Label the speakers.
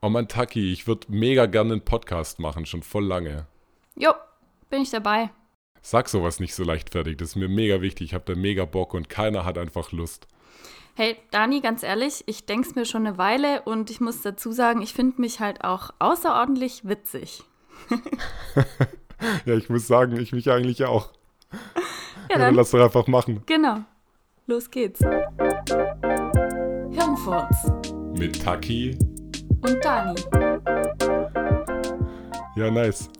Speaker 1: Oh man, Taki, ich würde mega gerne einen Podcast machen, schon voll lange.
Speaker 2: Jo, bin ich dabei.
Speaker 1: Sag sowas nicht so leichtfertig, das ist mir mega wichtig, ich habe da mega Bock und keiner hat einfach Lust.
Speaker 2: Hey, Dani, ganz ehrlich, ich denk's mir schon eine Weile und ich muss dazu sagen, ich finde mich halt auch außerordentlich witzig.
Speaker 1: ja, ich muss sagen, ich mich eigentlich auch. Ja, dann,
Speaker 2: dann-
Speaker 1: lass doch einfach machen.
Speaker 2: Genau. Los geht's. Hirnfurz
Speaker 1: Mit Taki?
Speaker 2: und Dani.
Speaker 1: Ja, nice.